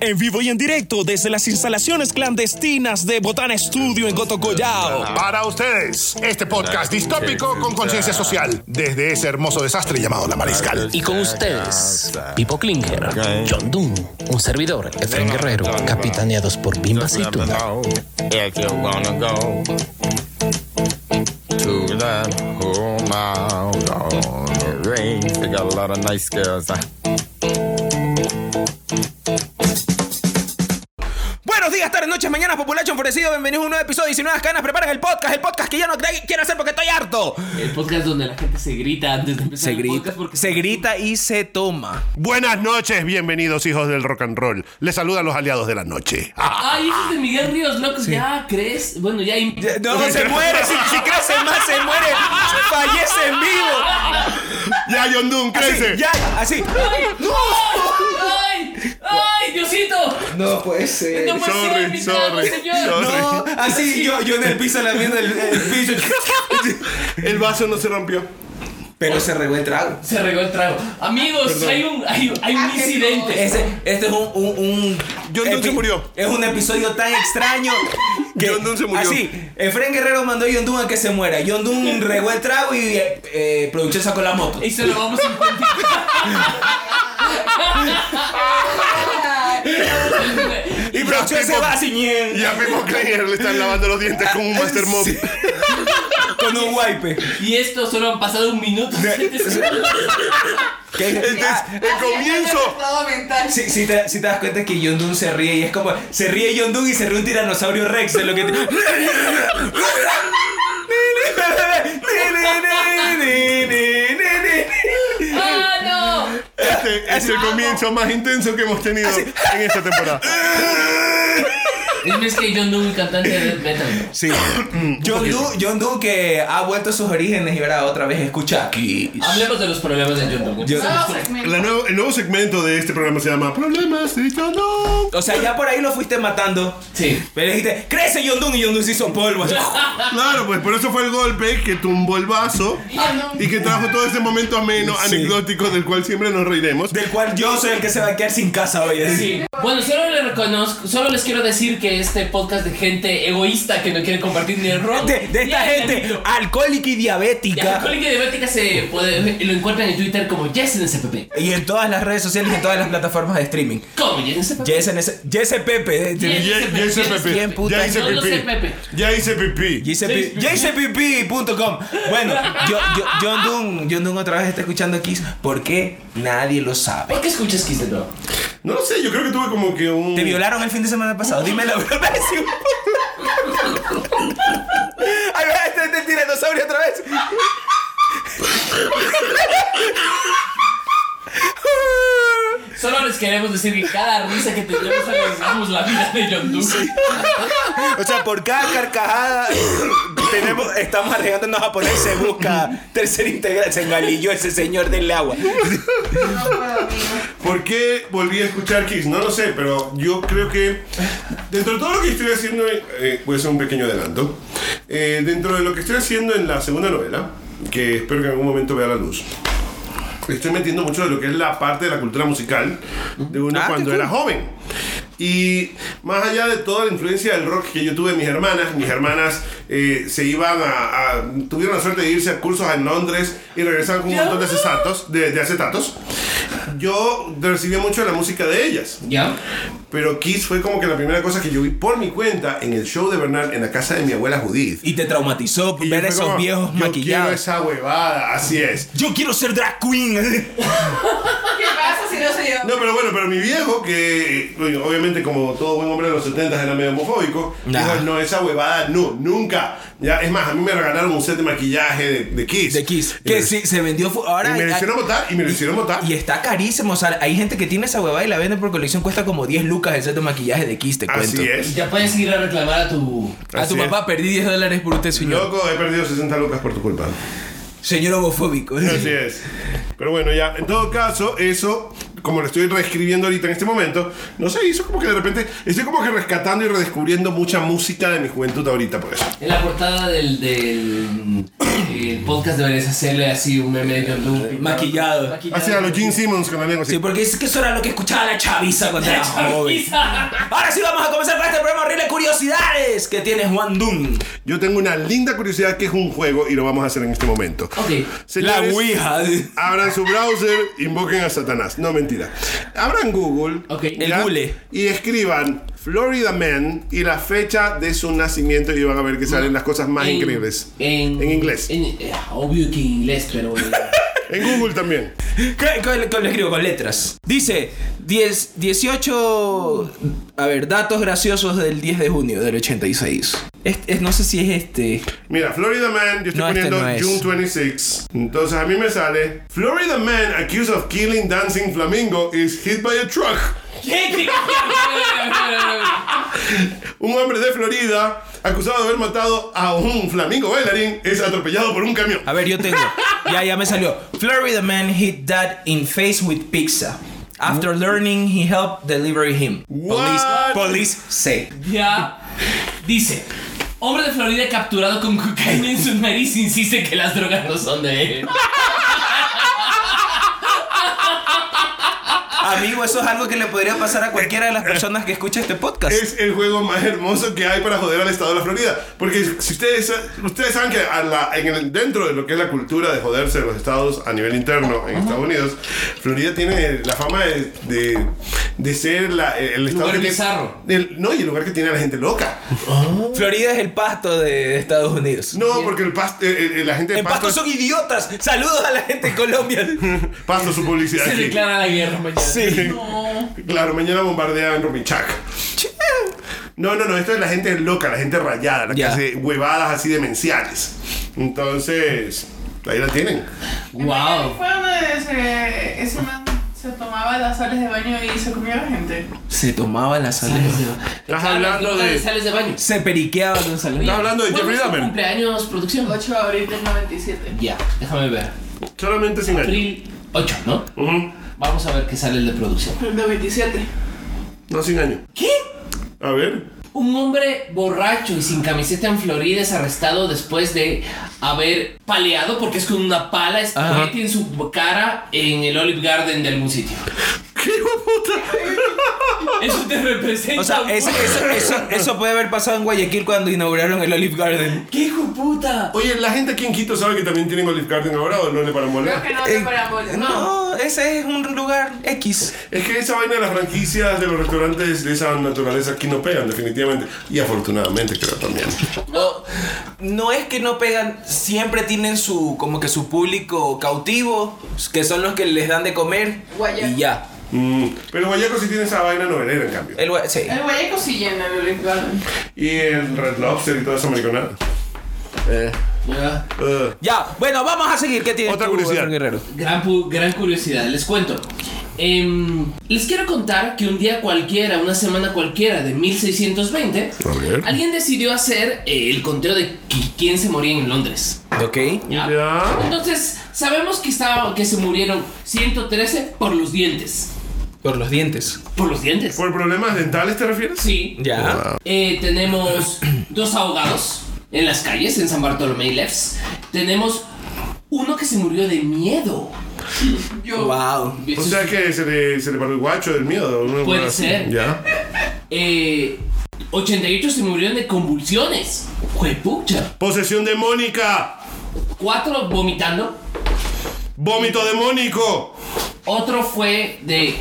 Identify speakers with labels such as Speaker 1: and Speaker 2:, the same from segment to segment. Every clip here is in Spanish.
Speaker 1: en vivo y en directo desde las instalaciones clandestinas de Botana Studio en Gotocollao.
Speaker 2: Para ustedes, este podcast distópico con conciencia social, desde ese hermoso desastre llamado La Mariscal.
Speaker 3: Y con ustedes, Pipo Klinger, John Doon, un servidor, Efren Guerrero, capitaneados por Bimba Cituna.
Speaker 4: If you wanna go to that whole mile on the range, they got a lot of nice girls.
Speaker 5: Buenos días, tardes, noches, mañanas, populacho enfurecido. Bienvenidos a un nuevo episodio. 19 cadenas preparan el podcast, el podcast que ya no cre- quiero hacer porque estoy harto.
Speaker 6: El podcast donde la gente se grita antes de empezar
Speaker 5: Se
Speaker 6: el
Speaker 5: grita,
Speaker 6: podcast porque
Speaker 5: se grita y se toma.
Speaker 2: Buenas noches, bienvenidos hijos del rock and roll. Les saludan los aliados de la noche. Ah,
Speaker 6: Ay, ese es de Miguel Ríos, locos. Ya crees. Bueno, ya. im-
Speaker 5: Ya, No, se muere, si, si crece más, se muere, se fallece en vivo.
Speaker 2: Ya, John Doon, crece.
Speaker 5: Así, ya, así.
Speaker 6: ¡Ay! ¡Ay, Diosito!
Speaker 5: No puede
Speaker 6: No
Speaker 5: ser.
Speaker 2: Eh,
Speaker 6: puede ser,
Speaker 2: Sorry,
Speaker 6: mi bravo
Speaker 2: sorry,
Speaker 6: señor.
Speaker 2: sorry.
Speaker 5: No, así yo, yo en el piso, la mierda del el piso.
Speaker 2: El vaso no se rompió.
Speaker 5: Pero se regó el trago.
Speaker 6: Se regó el trago. Amigos, hay un, hay, hay
Speaker 1: Ah,
Speaker 6: un incidente.
Speaker 5: Ese, este es un. un, un
Speaker 2: John Doon se murió.
Speaker 5: Es un episodio tan extraño. que-
Speaker 2: John Doon se murió.
Speaker 5: Así, Efren Guerrero mandó a John Doon a que se muera. John Doon regó el trago y eh, eh, producción sacó la moto.
Speaker 6: Y se lo vamos a encontrar.
Speaker 5: Y producción se va así ñe,
Speaker 2: Ya Pipo Kleiner le están lavando los dientes con un Master Mop.
Speaker 5: Ah, Sí. con un wipe.
Speaker 6: Y esto solo han pasado un minuto.
Speaker 5: Que- ah,
Speaker 2: Este es el
Speaker 7: pues,
Speaker 2: comienzo.
Speaker 5: Si, si te, si te das cuenta que John Doon se ríe y es como. Se ríe John Doon y se ríe un tiranosaurio Rex de lo que. te-
Speaker 6: ¡Ah, no!
Speaker 2: Este es el comienzo más intenso que hemos tenido en esta temporada.
Speaker 6: Dime, Es que yo no un cantante de death metal.
Speaker 5: Sí. John Doe, John Doe que ha vuelto a sus orígenes y ahora otra vez escucha aquí.
Speaker 6: Hablemos de los problemas de John Doe.
Speaker 5: Yo-
Speaker 2: La nuevo- el nuevo segmento de este programa se llama Problemas de John Doon.
Speaker 5: O sea, ya por ahí lo fuiste matando.
Speaker 6: Sí.
Speaker 5: Pero dijiste, crece John Doe y John Doe se hizo polvo. así.
Speaker 2: Claro, pues por eso fue el golpe que tumbó el vaso y que trajo todo ese momento ameno,
Speaker 5: Sí.
Speaker 2: anecdótico, del cual siempre nos reiremos.
Speaker 5: Del cual yo soy el que se va a quedar sin casa hoy. así.
Speaker 6: Sí. Bueno, solo les reconozco, solo les quiero decir que este podcast de gente egoísta que no quiere compartir ni el rock.
Speaker 5: De, de esta
Speaker 6: ni el
Speaker 5: gente
Speaker 6: anillo.
Speaker 5: alcohólica y
Speaker 6: De
Speaker 5: diabética.
Speaker 6: Alcohólica y Diabética se puede, lo encuentran en Twitter como Yes en SPP.
Speaker 5: Y en todas las redes sociales y en todas las plataformas de streaming.
Speaker 6: ¿Cómo? Yes en SPP.
Speaker 5: Yes, en ese- yes, Pepe.
Speaker 6: Yes.
Speaker 2: Ya, ya hice pipí.
Speaker 5: ¿Quién puta?
Speaker 2: Ya hice
Speaker 6: No lo sé,
Speaker 2: pipí.
Speaker 6: Pepe.
Speaker 2: Ya hice pipí.
Speaker 5: JCP JCPP.com. Bueno, yo, yo- John Doon, John Doon otra vez está escuchando Kiss porque nadie lo sabe.
Speaker 6: ¿Por qué escuchas Kiss de nuevo?
Speaker 2: No lo sé, yo creo que tuve como que un.
Speaker 5: Te violaron el fin de semana pasado, dime la verdad. sí. Ahí va este, este tiranosaurio otra vez.
Speaker 6: Solo les queremos decir que cada risa que tenemos arriesgamos la vida de John Doe.
Speaker 5: O sea, por cada carcajada tenemos, estamos arriesgándonos a poner se busca tercer integrante. Se engalilló ese señor del agua.
Speaker 2: ¿Por qué volví a escuchar Kiss? No lo sé, pero yo creo que dentro de todo lo que estoy haciendo, eh, voy a hacer un pequeño adelanto, Eh, dentro de lo que estoy haciendo en la segunda novela, que espero que en algún momento vea la luz, estoy metiendo mucho de lo que es la parte de la cultura musical de uno
Speaker 5: Ah, qué
Speaker 2: cuando
Speaker 5: cool.
Speaker 2: era joven. Y más allá de toda la influencia del rock que yo tuve de mis hermanas, mis hermanas eh, se iban a, a- tuvieron la suerte de irse a cursos en Londres y regresaban con un montón de acetatos, de, de acetatos. Yo recibía mucho la música de ellas,
Speaker 6: ¿Ya?
Speaker 2: pero Kiss fue como que la primera cosa que yo vi por mi cuenta en el show de Bernard en la casa de mi abuela Judith.
Speaker 5: Y te traumatizó
Speaker 2: Y yo
Speaker 5: ver
Speaker 2: fue
Speaker 5: esos
Speaker 2: como,
Speaker 5: viejos
Speaker 2: yo Quiero
Speaker 5: maquillados.
Speaker 2: esa huevada, así es.
Speaker 5: Yo quiero ser drag queen.
Speaker 7: ¿Qué pasa si no soy yo?
Speaker 2: No, pero bueno, pero mi viejo, que eh, obviamente como todo buen hombre de los 70 era medio homofóbico,
Speaker 5: Nah.
Speaker 2: dijo, no, esa huevada, no, nunca. Ya, es más, a mí me regalaron un set de maquillaje de, de Kiss.
Speaker 5: De Kiss.
Speaker 2: Y me,
Speaker 5: Que sí, se vendió. fu-
Speaker 2: y
Speaker 5: Ahora.
Speaker 2: me lo hicieron votar, y me lo hicieron votar.
Speaker 5: y está carísimo. O sea, hay gente que tiene esa huevada y la vende por colección. Cuesta como 10 lucas el set de maquillaje de Kiss, te este cuento.
Speaker 2: Así
Speaker 6: Y
Speaker 2: es.
Speaker 6: Ya puedes ir a reclamar a tu.
Speaker 5: A tu
Speaker 2: Así es.
Speaker 5: papá perdí 10 dólares por usted, señor.
Speaker 2: Loco, he perdido 60 lucas por tu culpa.
Speaker 5: Señor homofóbico.
Speaker 2: Así es. Pero bueno, ya, en todo caso, eso como lo estoy reescribiendo ahorita en este momento, no sé, hizo como que de repente estoy como que rescatando y redescubriendo mucha música de mi juventud ahorita por eso.
Speaker 6: En la portada del, del eh, podcast deberías hacerle así un meme de John
Speaker 5: Ah,
Speaker 6: Doe.
Speaker 5: Maquillado.
Speaker 2: Así a los Gene Simmons con la lengua así.
Speaker 5: Sí, porque es que eso era lo que escuchaba la chaviza cuando era joven. Ahora sí vamos a comenzar con este programa horrible curiosidades que tiene Juan Doom.
Speaker 2: Yo tengo una linda curiosidad que es un juego y lo vamos a hacer en este momento.
Speaker 6: Ok.
Speaker 5: La
Speaker 2: Señores,
Speaker 5: Ouija.
Speaker 2: Abran su browser, invoquen a Satanás. No, mentira. Abran Google
Speaker 6: Ok.
Speaker 5: El
Speaker 2: ¿ya?
Speaker 5: Google.
Speaker 2: y escriban Florida Man y la fecha de su nacimiento y van a ver que salen las cosas más
Speaker 6: En-
Speaker 2: increíbles.
Speaker 6: En,
Speaker 2: inglés. En,
Speaker 6: en- eh, obvio que en inglés, pero. eh,
Speaker 2: Google también.
Speaker 5: ¿Qué- qué- qué lo escribo con letras. Dice 10, 18. A ver, datos graciosos del 10 de junio del 86. Este- es- no sé si es este.
Speaker 2: Mira, Florida Man, yo estoy
Speaker 5: No, este
Speaker 2: poniendo
Speaker 5: no es.
Speaker 2: June 26. Entonces a mí me sale Florida Man accused of killing dancing flamingo is hit by a truck. Un hombre de Florida acusado de haber matado a un flamingo bailarín es atropellado por un camión.
Speaker 5: A ver, yo tengo. ya, ya me salió. Florida man hit dad in face with pizza. After learning, he helped deliver him. Police,
Speaker 2: What?
Speaker 5: police say.
Speaker 6: ya. Dice. Hombre de Florida capturado con cocaína en su nariz insiste que las drogas no son de él.
Speaker 5: Amigo, eso es algo que le podría pasar a cualquiera de las personas que escucha este podcast.
Speaker 2: Es el juego más hermoso que hay para joder al estado de la Florida. Porque si ustedes, ustedes saben que a la- en el- dentro de lo que es la cultura de joderse de los estados a nivel interno en Estados Unidos, Florida tiene la fama de, de- de ser la- el estado
Speaker 6: Lugar
Speaker 2: que tiene-
Speaker 6: bizarro.
Speaker 2: el- no, y el lugar que tiene a la gente loca.
Speaker 5: Florida es el pasto de Estados Unidos.
Speaker 2: No, porque el pasto, el- el- la gente de
Speaker 5: El pasto
Speaker 2: pasto,
Speaker 5: son idiotas. Saludos a la gente de Colombia.
Speaker 2: pasto su publicidad.
Speaker 6: Se
Speaker 2: aquí.
Speaker 6: declara la guerra mañana.
Speaker 5: Sí.
Speaker 2: Claro, mañana bombardean Romichac. No, no, no, esto es la gente loca, la gente rayada, la
Speaker 5: Ya.
Speaker 2: que hace huevadas así demenciales. Entonces, ahí la tienen.
Speaker 6: Wow.
Speaker 7: Fue donde se, ese man se tomaba las sales de baño y se comía a la gente.
Speaker 5: Se tomaba la
Speaker 6: Sales de
Speaker 5: salud.
Speaker 6: baño.
Speaker 2: Estás hablando de-
Speaker 6: Sales de baño.
Speaker 5: Se periqueaba de salud.
Speaker 2: Estás hablando de
Speaker 6: ¿Cuándo
Speaker 2: Jeffrey
Speaker 6: es tu
Speaker 2: Dahmer.
Speaker 6: cumpleaños, producción?
Speaker 7: 8 de abril del 97.
Speaker 6: Ya, déjame ver.
Speaker 2: Solamente sin año.
Speaker 6: April 8, ¿no?
Speaker 2: Ujú.
Speaker 6: Vamos a ver qué sale el de producción.
Speaker 7: El 97.
Speaker 2: No sin año.
Speaker 6: ¿Qué?
Speaker 2: A ver.
Speaker 6: Un hombre borracho y sin camiseta en Florida es arrestado después de haber paleado porque es con una pala espagueti en su cara en el Olive Garden de algún sitio.
Speaker 2: ¡Qué hijo de puta!
Speaker 6: Eso te representa.
Speaker 5: O sea,
Speaker 6: un
Speaker 5: eso,
Speaker 6: puto-
Speaker 5: eso, eso, eso puede haber pasado en Guayaquil cuando inauguraron el Olive Garden.
Speaker 6: ¡Qué hijo de puta!
Speaker 2: Oye, ¿la gente aquí en Quito sabe que también tienen Olive Garden ahora o no le paran bola?
Speaker 7: Creo que no
Speaker 5: Eh,
Speaker 7: te para bola. No.
Speaker 5: No, ese es un lugar X.
Speaker 2: Es que esa vaina de las franquicias de los restaurantes de esa naturaleza aquí no pegan, definitivamente. Y afortunadamente creo también.
Speaker 5: No, no es que no pegan, siempre tienen su como que su público cautivo, que son los que les dan de comer
Speaker 7: Guaya.
Speaker 5: y ya.
Speaker 2: Mm, Pero Guayaco sí tiene esa vaina novelera, en cambio.
Speaker 5: El gua- sí.
Speaker 7: El guayaco sí llena el Olive Garden.
Speaker 2: Y el Red Lobster y toda esa americanada.
Speaker 6: Ya.
Speaker 2: Ugh.
Speaker 5: Ya, bueno, vamos a seguir. ¿Qué tienes
Speaker 2: Otra
Speaker 5: tú,
Speaker 2: curiosidad.
Speaker 5: Efraín Guerrero?
Speaker 6: Gran, pu- gran curiosidad, les cuento. Em, les quiero contar que un día cualquiera, una semana cualquiera de 1620,
Speaker 2: A ver.
Speaker 6: alguien decidió hacer eh, el conteo de qui- quién se moría en Londres.
Speaker 5: Ok.
Speaker 6: ¿ya?
Speaker 2: Ya.
Speaker 6: Entonces, sabemos que, estaba, que se murieron 113 por los dientes.
Speaker 5: Por los dientes.
Speaker 6: ¿Por los dientes?
Speaker 2: ¿Por problemas dentales te refieres?
Speaker 6: Sí.
Speaker 5: Ya.
Speaker 6: Eh, tenemos dos ahogados en las calles, en San Bartolomé y Lefs. Tenemos uno que se murió de miedo.
Speaker 7: Yo.
Speaker 5: Wow.
Speaker 2: O sea que se le, se le paró el guacho del miedo. una-
Speaker 6: Puede
Speaker 2: una-
Speaker 6: ser.
Speaker 2: Ya.
Speaker 6: Eh, 88 se murieron de convulsiones. Juepucha.
Speaker 2: Posesión demónica.
Speaker 6: Cuatro vomitando.
Speaker 2: Vómito demónico.
Speaker 6: Otro fue de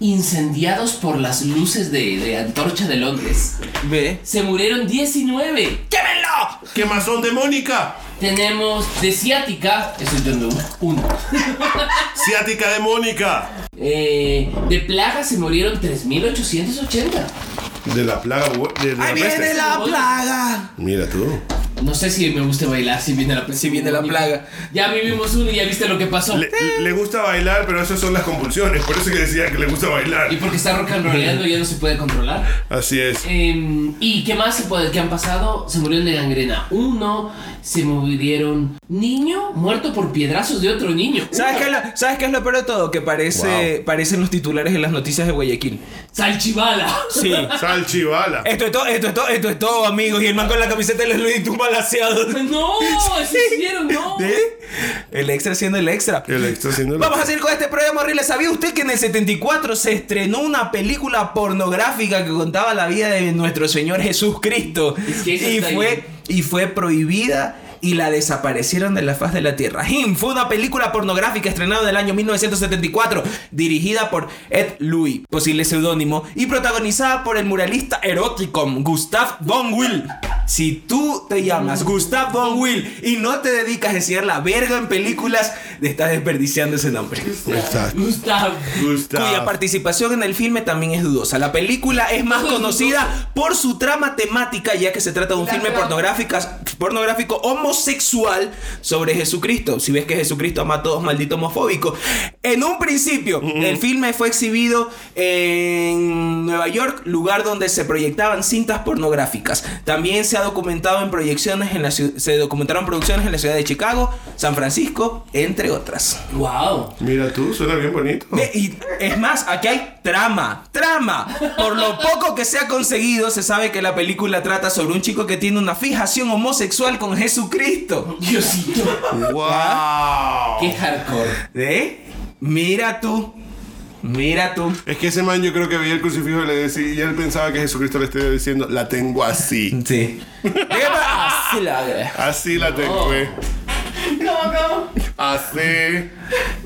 Speaker 6: incendiados por las luces de, de antorcha de Londres.
Speaker 5: Ve.
Speaker 6: Se murieron 19.
Speaker 5: ¡Quémenlo!
Speaker 2: Quemazón demónica.
Speaker 6: Tenemos de ciática. Eso es de uno.
Speaker 2: Ciática demónica.
Speaker 6: Eh, de plaga se murieron 3.880.
Speaker 2: De la plaga. bu- De, de la
Speaker 5: ¡Ahí viene
Speaker 2: peste.
Speaker 5: la plaga!
Speaker 2: Mira tú.
Speaker 6: No sé si me gusta bailar, si viene la plaga.
Speaker 5: Si viene la plaga.
Speaker 6: Ya vivimos uno y ya viste lo que pasó.
Speaker 2: Le, le gusta bailar, pero esas son las convulsiones. Por eso que decía que le gusta bailar.
Speaker 6: Y porque está rock and rollando ya no se puede controlar.
Speaker 2: Así es.
Speaker 6: Em, ¿Y qué más se puede, qué han pasado? Se murieron de gangrena. Uno, se murieron niño muerto por piedrazos de otro niño.
Speaker 5: ¿Sabes qué, es lo, ¿Sabes qué es lo peor de todo? Que parece, parecen los titulares en las noticias de Guayaquil.
Speaker 6: Salchibala.
Speaker 5: Sí.
Speaker 2: Salchibala.
Speaker 5: Esto es todo, esto es todo, esto es todo, amigos. Y el man con la camiseta de los Looney Tunes balaseado.
Speaker 6: No, se hicieron, no.
Speaker 5: ¿Eh? El extra siendo el extra.
Speaker 2: El extra haciendo lo-
Speaker 5: Vamos a seguir con este programa horrible. ¿Sabía usted que en el 74 se estrenó una película pornográfica que contaba la vida de nuestro Señor Jesucristo?
Speaker 6: Es que eso
Speaker 5: y,
Speaker 6: está
Speaker 5: fue,
Speaker 6: bien.
Speaker 5: y fue prohibida y la desaparecieron de la faz de la tierra. Him fue una película pornográfica estrenada en el año 1974, dirigida por Ed Louis, posible seudónimo, y protagonizada por el muralista erótico Gustav von Will. Si tú te llamas Gustav von Will y no te dedicas a enseñar la verga en películas, te estás desperdiciando ese nombre.
Speaker 2: Exacto.
Speaker 6: Gustavo.
Speaker 2: Gusta.
Speaker 5: Cuya participación en el filme también es dudosa. La película es más conocida por su trama temática, ya que se trata de un
Speaker 7: La
Speaker 5: filme
Speaker 7: trama.
Speaker 5: pornográfica- pornográfico homosexual sobre Jesucristo. Si ves que Jesucristo ama a todos, maldito homofóbico. En un principio, el filme fue exhibido en Nueva York, lugar donde se proyectaban cintas pornográficas. También se ha documentado en proyecciones en la ciu- se documentaron producciones en la ciudad de Chicago, San Francisco, entre otras.
Speaker 6: Wow.
Speaker 2: Mira tú, suena bien bonito.
Speaker 5: Ve, y es más, aquí hay trama, trama. Por lo poco que se ha conseguido, se sabe que la película trata sobre un chico que tiene una fijación homosexual con Jesucristo.
Speaker 6: Diosito.
Speaker 5: Ah.
Speaker 2: ¡Wow!
Speaker 6: Qué hardcore.
Speaker 5: ¿Eh? Mira tú, mira tú.
Speaker 2: Es que ese man yo creo que veía el crucifijo y le decía, y él pensaba que Jesucristo le estaba diciendo, la tengo así.
Speaker 5: Sí. Así la haga.
Speaker 2: Así la tengo, eh.
Speaker 7: ¿Cómo, cómo?
Speaker 2: Así.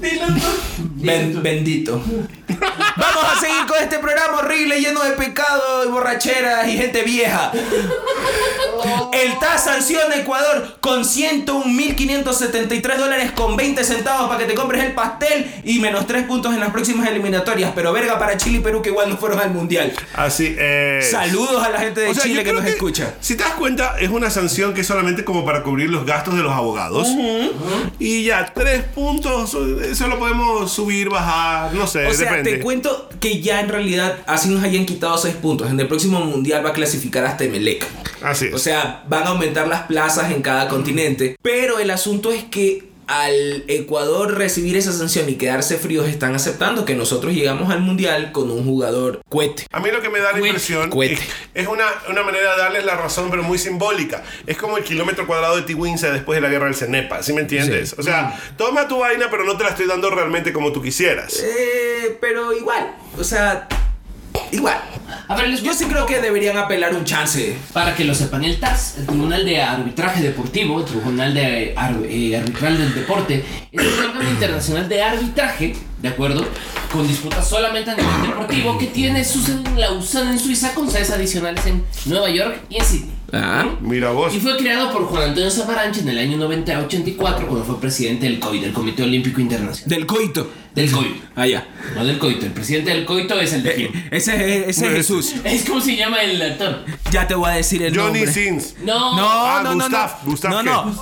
Speaker 7: Dilo tú.
Speaker 5: Ben- bendito. Vamos a seguir con este programa horrible lleno de pecado y borracheras y gente vieja. El TAS sanciona a Ecuador con 101.573 dólares con 20 centavos para que te compres el pastel y menos 3 puntos en las próximas eliminatorias. Pero verga para Chile y Perú que igual no fueron al mundial.
Speaker 2: Así es.
Speaker 5: Saludos a la gente de
Speaker 2: O sea, yo
Speaker 5: Chile que
Speaker 2: creo
Speaker 5: nos escucha.
Speaker 2: Si te das cuenta, es una sanción que es solamente como para cubrir los gastos de los abogados. Y ya, tres puntos, eso lo podemos subir, bajar, no sé,
Speaker 5: O sea,
Speaker 2: Eh, depende.
Speaker 5: te cuento que ya en realidad así nos hayan quitado 6 puntos. En el próximo mundial va a clasificar hasta Emelec.
Speaker 2: Así es.
Speaker 5: O sea, van a aumentar las plazas en cada continente. Pero el asunto es que al Ecuador recibir esa sanción y quedarse fríos, están aceptando que nosotros llegamos al mundial con un jugador cohete.
Speaker 2: a mí lo que me da la
Speaker 6: Cuete.
Speaker 2: impresión
Speaker 5: Cuete.
Speaker 2: es, es una, una manera de darles la razón, pero muy simbólica. Es como el kilómetro cuadrado de Tiwinza después de la guerra del Cenepa, ¿sí me entiendes? O sea, toma tu vaina, pero no te la estoy dando realmente como tú quisieras.
Speaker 5: Eh, pero igual, o sea, igual.
Speaker 6: A ver, les
Speaker 5: Yo sí creo que deberían apelar un chance.
Speaker 6: Para que lo sepan, el TAS, el Tribunal de Arbitraje Deportivo, el Tribunal de Ar- eh, Arbitral del Deporte, es un órgano internacional de arbitraje, ¿de acuerdo? Con disputas solamente a nivel deportivo, que tiene su sede en Lausana, en Suiza, con sedes adicionales en Nueva York y en Sydney.
Speaker 2: Mira vos.
Speaker 6: Y fue creado por Juan Antonio Samaranch en el año 90-84, cuando fue presidente del COI, del Comité Olímpico Internacional.
Speaker 5: Del coito.
Speaker 6: Del COI,
Speaker 5: Ah, ya.
Speaker 6: no del COITO. El presidente del COITO es el de Gil.
Speaker 5: Ese, es- ese es Jesús.
Speaker 6: Es como se llama el actor.
Speaker 5: Ya te voy a decir el
Speaker 2: Johnny
Speaker 5: nombre.
Speaker 2: Sins.
Speaker 6: No,
Speaker 5: No,
Speaker 2: Ah,
Speaker 5: no, no,
Speaker 2: Gustav,
Speaker 5: no.
Speaker 2: Gustav,
Speaker 5: no,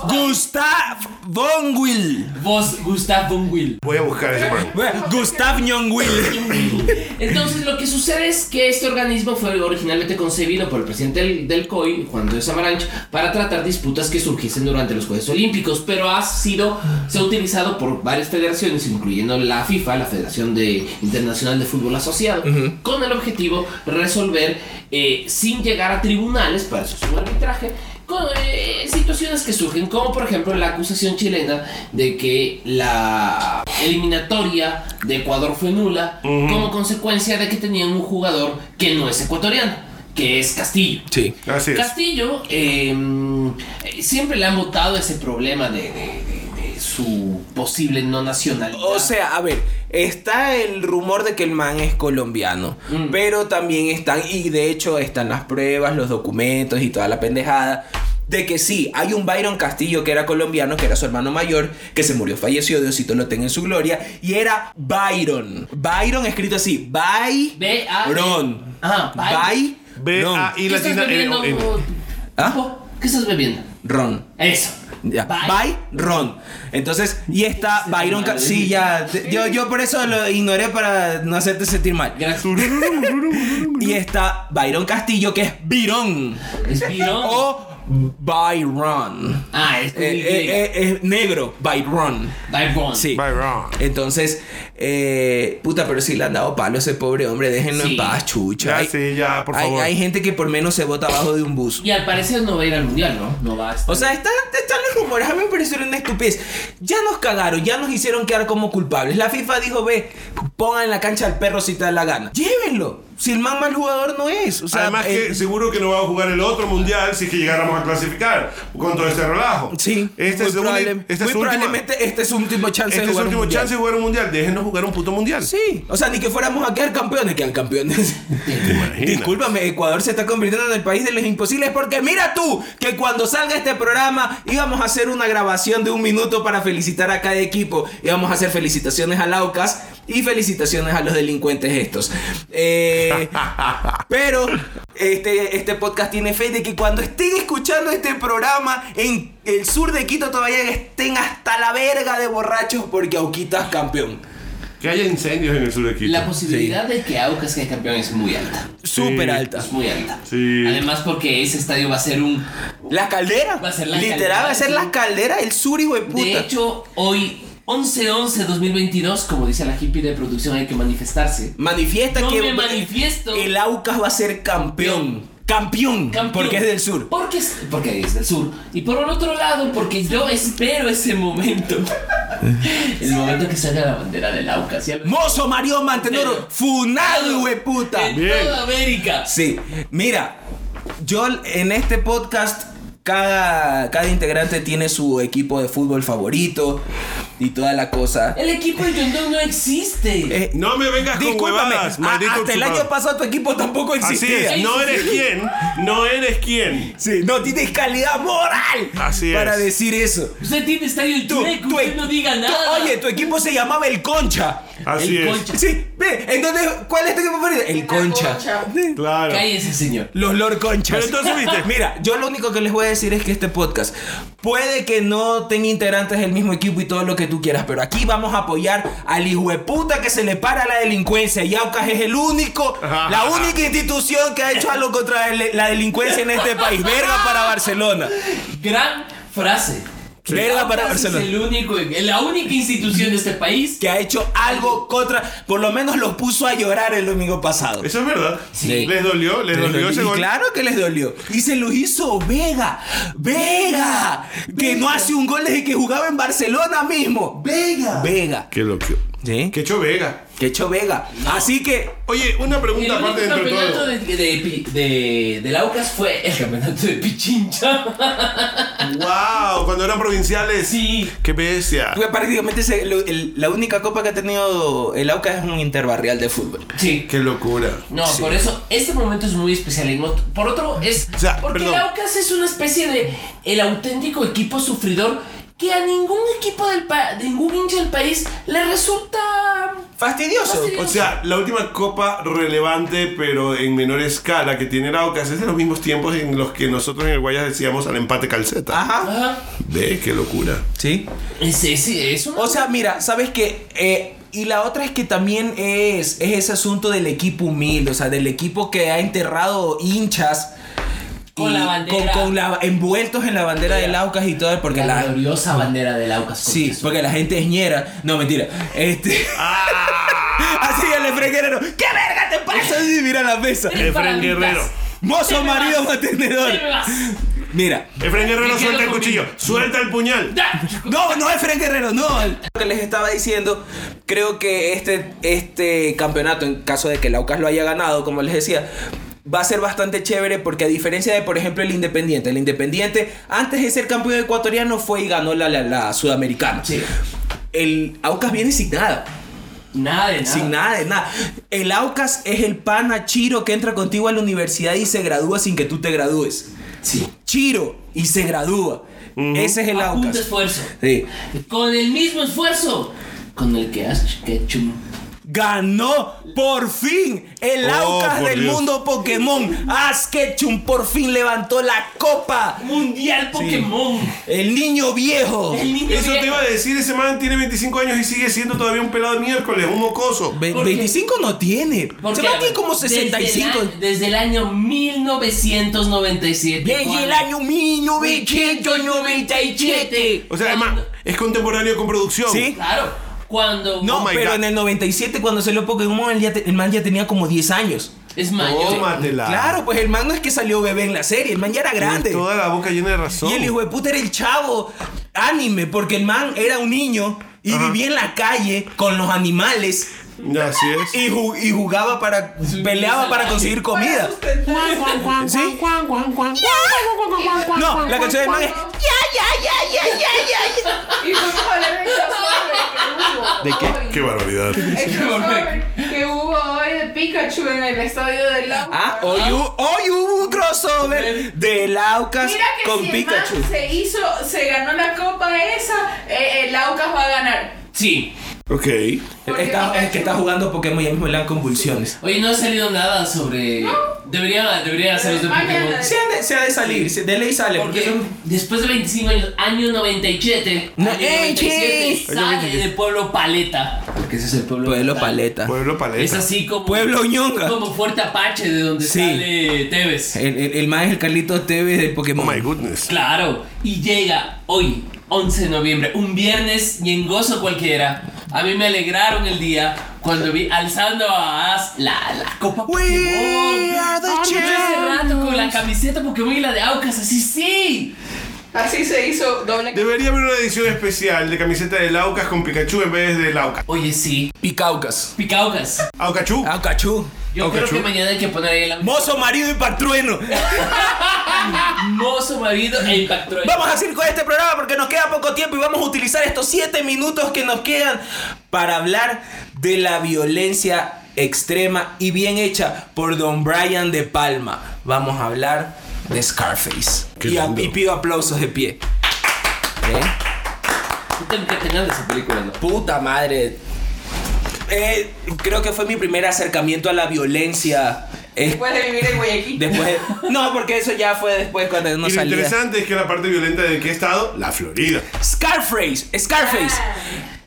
Speaker 2: ¿qué?
Speaker 5: no. Gustav von Will.
Speaker 6: vos, Gustav von Will.
Speaker 2: Voy a buscar ese man.
Speaker 5: Bueno, Gustav Will.
Speaker 6: Entonces lo que sucede es que este organismo fue originalmente concebido por el presidente del, del COI, Juan de Samaranch, para tratar disputas que surgiesen durante los Juegos Olímpicos, pero ha sido, se ha utilizado por varias federaciones, incluyendo la FIFA, la Federación de, Internacional de Fútbol Asociado, con el objetivo resolver, eh, sin llegar a tribunales para eso es un arbitraje, con, eh, situaciones que surgen, como por ejemplo la acusación chilena de que la eliminatoria de Ecuador fue nula como consecuencia de que tenían un jugador que no es ecuatoriano, que es Castillo.
Speaker 5: Sí.
Speaker 2: Así es.
Speaker 6: Castillo eh, eh, siempre le han votado ese problema de, de- de- de su posible no nacionalidad.
Speaker 5: O sea, a ver, está el rumor de que el man es colombiano,
Speaker 6: Mm.
Speaker 5: pero también están, y de hecho están las pruebas, los documentos y toda la pendejada. De que sí, hay un Byron Castillo que era colombiano, que era su hermano mayor, que se murió, falleció, Diosito lo tenga en su gloria, y era Byron. Byron escrito así,
Speaker 6: B A
Speaker 5: Byron.
Speaker 6: Ah, Byron.
Speaker 5: By.
Speaker 2: B, A,
Speaker 5: Byron.
Speaker 2: I
Speaker 6: ¿Qué estás
Speaker 5: eh,
Speaker 2: latina, N, O,
Speaker 6: bebiendo?
Speaker 2: N.
Speaker 5: ¿Ah?
Speaker 6: Papo? ¿Qué estás bebiendo?
Speaker 5: Ron.
Speaker 6: Eso.
Speaker 5: Ya,
Speaker 6: Bye.
Speaker 5: Byron. Entonces, y está Byron. Ca- Sí, ya. te- Yo, yo por eso lo ignoré para no hacerte sentir mal.
Speaker 6: Gracias.
Speaker 5: Y está Byron Castillo, que es Byron.
Speaker 6: Es Byron.
Speaker 5: O Byron.
Speaker 6: Ah, es
Speaker 5: Oh. Eh, eh, eh, es negro, Byron.
Speaker 6: Byron.
Speaker 5: Sí.
Speaker 2: Byron.
Speaker 5: Entonces, eh, puta, pero si le han dado palo a ese pobre hombre, déjenlo en
Speaker 6: Sí.
Speaker 5: paz, chucha.
Speaker 2: Ya,
Speaker 5: Hay-
Speaker 2: Ah, sí, ya, por
Speaker 5: hay-
Speaker 2: favor.
Speaker 5: hay gente que por menos se bota abajo de un bus.
Speaker 6: Y al parecer no va a ir al mundial, ¿no? No va a estar.
Speaker 5: O sea, están, están los rumores. A mí me parecieron una estupidez. Ya nos cagaron, ya nos hicieron quedar como culpables. La FIFA dijo, ve, pongan en la cancha al perro si te da la gana. Llévenlo. Si el más mal jugador no es. O sea,
Speaker 2: Además que
Speaker 5: eh,
Speaker 2: seguro que no va a jugar el otro mundial si es que llegáramos a clasificar con todo este relajo.
Speaker 5: Sí,
Speaker 2: Este
Speaker 5: muy,
Speaker 2: es, su uni-
Speaker 5: probable-
Speaker 2: esta es
Speaker 5: muy
Speaker 2: su última-
Speaker 5: probablemente este es su último chance
Speaker 2: este es su
Speaker 5: de jugar un
Speaker 2: último
Speaker 5: mundial.
Speaker 2: chance de jugar un mundial. Déjenos jugar un puto mundial.
Speaker 5: Sí, o sea, ni que fuéramos a quedar campeones, quedan campeones. Discúlpame, Ecuador se está convirtiendo en el país de los imposibles porque mira tú que cuando salga este programa íbamos a hacer una grabación de un minuto para felicitar a cada equipo. Íbamos a hacer felicitaciones a Laucas y felicitaciones a los delincuentes estos. Eh, pero este, este podcast tiene fe de que cuando estén escuchando este programa en el sur de Quito todavía estén hasta la verga de borrachos porque Auquita es campeón.
Speaker 2: Que haya incendios en el sur de Quito.
Speaker 6: la posibilidad de que Aucas quede campeón es muy alta.
Speaker 5: Súper alta.
Speaker 6: Es muy alta.
Speaker 2: Sí.
Speaker 6: Además porque ese estadio va a ser un...
Speaker 5: La caldera.
Speaker 6: Va a ser la
Speaker 5: Literal,
Speaker 6: caldera,
Speaker 5: va a ser
Speaker 6: sí.
Speaker 5: la caldera, el sur, hijo de puta.
Speaker 6: De hecho, hoy 11-11-2022, como dice la hippie de producción, hay que manifestarse.
Speaker 5: manifiesta
Speaker 6: No
Speaker 5: que
Speaker 6: me manifiesto.
Speaker 5: el Aucas va a ser campeón. Campeón,
Speaker 6: Campeón.
Speaker 5: porque es del sur.
Speaker 6: Porque es, porque es del sur. Y por el otro lado, porque yo espero ese momento. El momento que salga la bandera del Aucas. ¿sí?
Speaker 5: Mozo Mario Mantenoro, funado, hijo de puta.
Speaker 6: En toda América.
Speaker 5: Sí, mira, yo en este podcast cada, cada integrante tiene su equipo de fútbol favorito y toda la cosa.
Speaker 6: El equipo de Yondón no existe.
Speaker 5: Eh,
Speaker 2: No me vengas con
Speaker 5: discúlpame,
Speaker 2: huevadas,
Speaker 5: a-
Speaker 2: maldito
Speaker 5: hasta el
Speaker 2: usurpador.
Speaker 5: año pasado tu equipo tampoco
Speaker 2: Así
Speaker 5: existía.
Speaker 2: es, no eres quien, no eres quien.
Speaker 5: Sí, no tienes calidad moral
Speaker 2: Así es.
Speaker 5: para decir eso.
Speaker 6: Usted tiene estadio
Speaker 5: Tú,
Speaker 6: chueco,
Speaker 5: tú-
Speaker 6: usted no diga
Speaker 5: tú-
Speaker 6: nada.
Speaker 5: oye, tu equipo se llamaba El Concha.
Speaker 2: Así
Speaker 6: El
Speaker 2: es.
Speaker 6: concha.
Speaker 5: Sí, ve, entonces, ¿cuál es tu equipo favorito? El Concha.
Speaker 7: Concha.
Speaker 2: Claro.
Speaker 6: Cállese, señor.
Speaker 5: Los Lord Conchas.
Speaker 2: Pero entonces, ¿viste?
Speaker 5: Mira, yo lo único que les voy a decir es que este podcast puede que no tenga integrantes del mismo equipo y todo lo que tú quieras, pero aquí vamos a apoyar al hijo de puta que se le para la delincuencia. Y Aucas es el único, la única institución que ha hecho algo contra el- la delincuencia en este país. Verga para Barcelona.
Speaker 6: Gran frase.
Speaker 5: Verga para
Speaker 6: Aucas
Speaker 5: Barcelona.
Speaker 6: Es el único, la única institución de este país
Speaker 5: que ha hecho algo contra, por lo menos los puso a llorar el domingo pasado.
Speaker 2: Eso es verdad.
Speaker 6: Sí.
Speaker 2: Les dolió, les, dolió ese
Speaker 5: Y
Speaker 2: gol.
Speaker 5: claro que les dolió. Y se lo hizo Vega. Vega. Que no hace un gol desde que jugaba en Barcelona mismo. Vega. Vega.
Speaker 2: Qué loco.
Speaker 5: ¿Sí?
Speaker 2: Qué hecho Vega.
Speaker 5: Que hecho Vega. Así que...
Speaker 2: Oye, una
Speaker 6: El
Speaker 2: pregunta
Speaker 6: único
Speaker 2: aparte dentro de
Speaker 6: campeonato
Speaker 2: todo.
Speaker 6: de, de, de, de- del Aucas fue el campeonato de Pichincha.
Speaker 2: Wow, cuando eran provinciales.
Speaker 6: Sí.
Speaker 2: Qué bestia.
Speaker 5: Porque pues, prácticamente se- lo- el- la única copa que ha tenido el Aucas es un interbarrial de fútbol.
Speaker 6: Sí.
Speaker 2: Qué locura.
Speaker 6: No, por eso este momento es muy especial. Y no- Por otro, es.
Speaker 2: O sea,
Speaker 6: porque
Speaker 2: perdón.
Speaker 6: el Aucas es una especie de. El auténtico equipo sufridor que a ningún equipo del país. Ningún hincha del país le resulta.
Speaker 5: Fastidioso.
Speaker 2: O sea, la última copa relevante, pero en menor escala, que tiene el Aucas es de los mismos tiempos en los que nosotros en el Guayas decíamos al empate calceta.
Speaker 5: Ajá.
Speaker 6: Ajá.
Speaker 2: Ve, qué locura.
Speaker 5: Sí.
Speaker 6: Es, es, es una-
Speaker 5: O sea, mira, sabes que. y la otra es que también es, es ese asunto del equipo humilde, o sea, del equipo que ha enterrado hinchas.
Speaker 6: Con
Speaker 5: y
Speaker 6: la bandera.
Speaker 5: Con, con la- envueltos en la bandera del Aucas y todo, porque
Speaker 6: la
Speaker 5: la.
Speaker 6: gloriosa bandera del Aucas.
Speaker 5: Sí, porque la gente es ñera. No, mentira. Este.
Speaker 6: Ah.
Speaker 5: Así el Efraín Guerrero. ¿Qué verga te pasa? Y mira la mesa.
Speaker 2: Efraín Guerrero.
Speaker 5: Mozo
Speaker 6: Te me
Speaker 5: marido
Speaker 6: vas.
Speaker 5: mantenedor.
Speaker 6: Te me vas.
Speaker 5: Mira.
Speaker 2: Efraín Guerrero
Speaker 6: Me
Speaker 2: suelta
Speaker 6: quedo
Speaker 2: el
Speaker 6: con
Speaker 2: cuchillo,
Speaker 6: mi-
Speaker 2: suelta el puñal.
Speaker 5: No, no es Fren Guerrero, no. Lo que les estaba diciendo, creo que este, este campeonato, en caso de que el Aucas lo haya ganado, como les decía, va a ser bastante chévere porque a diferencia de, por ejemplo, el Independiente, el Independiente antes de ser campeón ecuatoriano fue y ganó la, la, la Sudamericana.
Speaker 6: Sí.
Speaker 5: El Aucas viene sin nada.
Speaker 6: Nada de nada.
Speaker 5: Sin nada de nada. El Aucas es el pana Chiro que entra contigo a la universidad y se gradúa sin que tú te gradúes.
Speaker 6: Sí.
Speaker 5: Chiro y se gradúa. Ese es el
Speaker 6: A punto
Speaker 5: Aucas.
Speaker 6: esfuerzo.
Speaker 5: Sí.
Speaker 6: Con el mismo esfuerzo con el que has hecho
Speaker 5: ganó por fin el
Speaker 2: Oh,
Speaker 5: Aucas
Speaker 2: por
Speaker 5: del
Speaker 2: Dios.
Speaker 5: mundo Pokémon. Askechum por fin levantó la copa.
Speaker 6: Mundial Pokémon.
Speaker 5: El niño viejo.
Speaker 6: El niño
Speaker 2: Eso te
Speaker 6: viejo.
Speaker 2: iba a decir, ese man tiene 25 años y sigue siendo todavía un pelado de miércoles, un mocoso.
Speaker 5: Ve-
Speaker 6: ¿Por qué?
Speaker 5: 25 no tiene.
Speaker 6: Porque,
Speaker 5: Se va
Speaker 6: a
Speaker 5: aquí
Speaker 6: ver,
Speaker 5: como
Speaker 6: desde el
Speaker 5: 65.
Speaker 6: a- Desde el año 1997.
Speaker 5: Desde el
Speaker 6: cuando-
Speaker 5: año 1997.
Speaker 2: O sea, además, es contemporáneo con producción.
Speaker 5: Sí.
Speaker 6: Claro, cuando.
Speaker 5: No,
Speaker 2: Oh my
Speaker 5: pero
Speaker 2: God.
Speaker 5: en el 97 cuando salió Pokémon, el, ya te- el man ya tenía como 10 años.
Speaker 6: Es mayor.
Speaker 2: Tómatela.
Speaker 5: Claro, pues el man no es que salió bebé en la serie, el man ya era
Speaker 2: Tienes
Speaker 5: grande.
Speaker 2: Toda la boca llena de razón.
Speaker 5: Y el hijo de puta era el chavo anime, porque el man era un niño y vivía en la calle con los animales
Speaker 2: Así es.
Speaker 5: y, ju- y jugaba para. peleaba para conseguir comida. ¿Sí? No, la canción del man es.
Speaker 7: Y vamos a hablar del crossover que hubo hoy.
Speaker 2: Qué barbaridad.
Speaker 7: El crossover que hubo hoy de Pikachu en el estadio del Lago.
Speaker 5: Ah, hoy, hu- hoy hubo un crossover de Laucas
Speaker 7: Mira que
Speaker 5: con
Speaker 7: si el man
Speaker 5: Pikachu.
Speaker 7: se hizo, se ganó la copa esa, eh, el Aucas va a ganar.
Speaker 6: Sí.
Speaker 2: Ok.
Speaker 7: Porque
Speaker 5: Está,
Speaker 7: Pikachu-
Speaker 5: es que está jugando Pokémon y a mismo le dan convulsiones.
Speaker 6: Oye, no ha salido nada sobre. Debería, debería hacer otro
Speaker 7: Mañana.
Speaker 6: Pokémon.
Speaker 5: Se ha de, se ha de salir, se- de ley sale. Porque
Speaker 6: Porque después de 25 años, año 97,
Speaker 5: No, ¡eh,
Speaker 6: año
Speaker 5: ey,
Speaker 6: 97
Speaker 5: che.
Speaker 6: sale de Pueblo Paleta. Porque ese es el pueblo.
Speaker 5: Pueblo
Speaker 6: natal.
Speaker 5: Paleta.
Speaker 2: Pueblo paleta.
Speaker 6: Es así como.
Speaker 5: Pueblo Ñonga.
Speaker 6: Como Fuerte Apache, de donde
Speaker 5: Sí.
Speaker 6: sale Tevez.
Speaker 5: El, el, el man es el Carlitos TV de
Speaker 2: Oh
Speaker 5: Pokémon.
Speaker 2: my goodness.
Speaker 6: Claro, y llega hoy, 11 de noviembre, un viernes y en gozo cualquiera. A mí me alegraron el día cuando vi alzando a As la, la copa
Speaker 5: We
Speaker 6: Pokémon.
Speaker 5: are the
Speaker 6: Yo hace
Speaker 5: champions.
Speaker 6: rato con la camiseta Pokémon y la de Aucas, así sí.
Speaker 7: Así se hizo doble.
Speaker 2: Debería haber una edición especial de camiseta de Laucas con Pikachu en vez de Laucas. Ah,
Speaker 6: Oye, sí,
Speaker 5: Picaucas.
Speaker 6: Picaucas.
Speaker 2: Aucachú.
Speaker 5: Ah, Aucachú.
Speaker 6: Yo creo
Speaker 2: Aucachú.
Speaker 6: que mañana hay que poner ahí la
Speaker 5: Mozo, marido y patrueno.
Speaker 6: mozo marido e impacto.
Speaker 5: Vamos a seguir con este programa porque nos queda poco tiempo y vamos a utilizar estos 7 minutos que nos quedan para hablar de la violencia extrema y bien hecha por Don Brian de Palma. Vamos a hablar de Scarface.
Speaker 2: Qué
Speaker 5: Y, a-
Speaker 2: lindo.
Speaker 5: y pido aplausos de pie. ¿Eh?
Speaker 6: Puta, qué genial esa película, ¿no?
Speaker 5: Puta madre. Eh, creo que fue mi primer acercamiento a la violencia. eh,
Speaker 7: Después de vivir en Guayaquil.
Speaker 5: después. No, porque eso ya fue después cuando no
Speaker 2: y lo
Speaker 5: salía.
Speaker 2: interesante es que la parte violenta de qué estado? La Florida.
Speaker 5: Scarface, Scarface.
Speaker 7: Ah.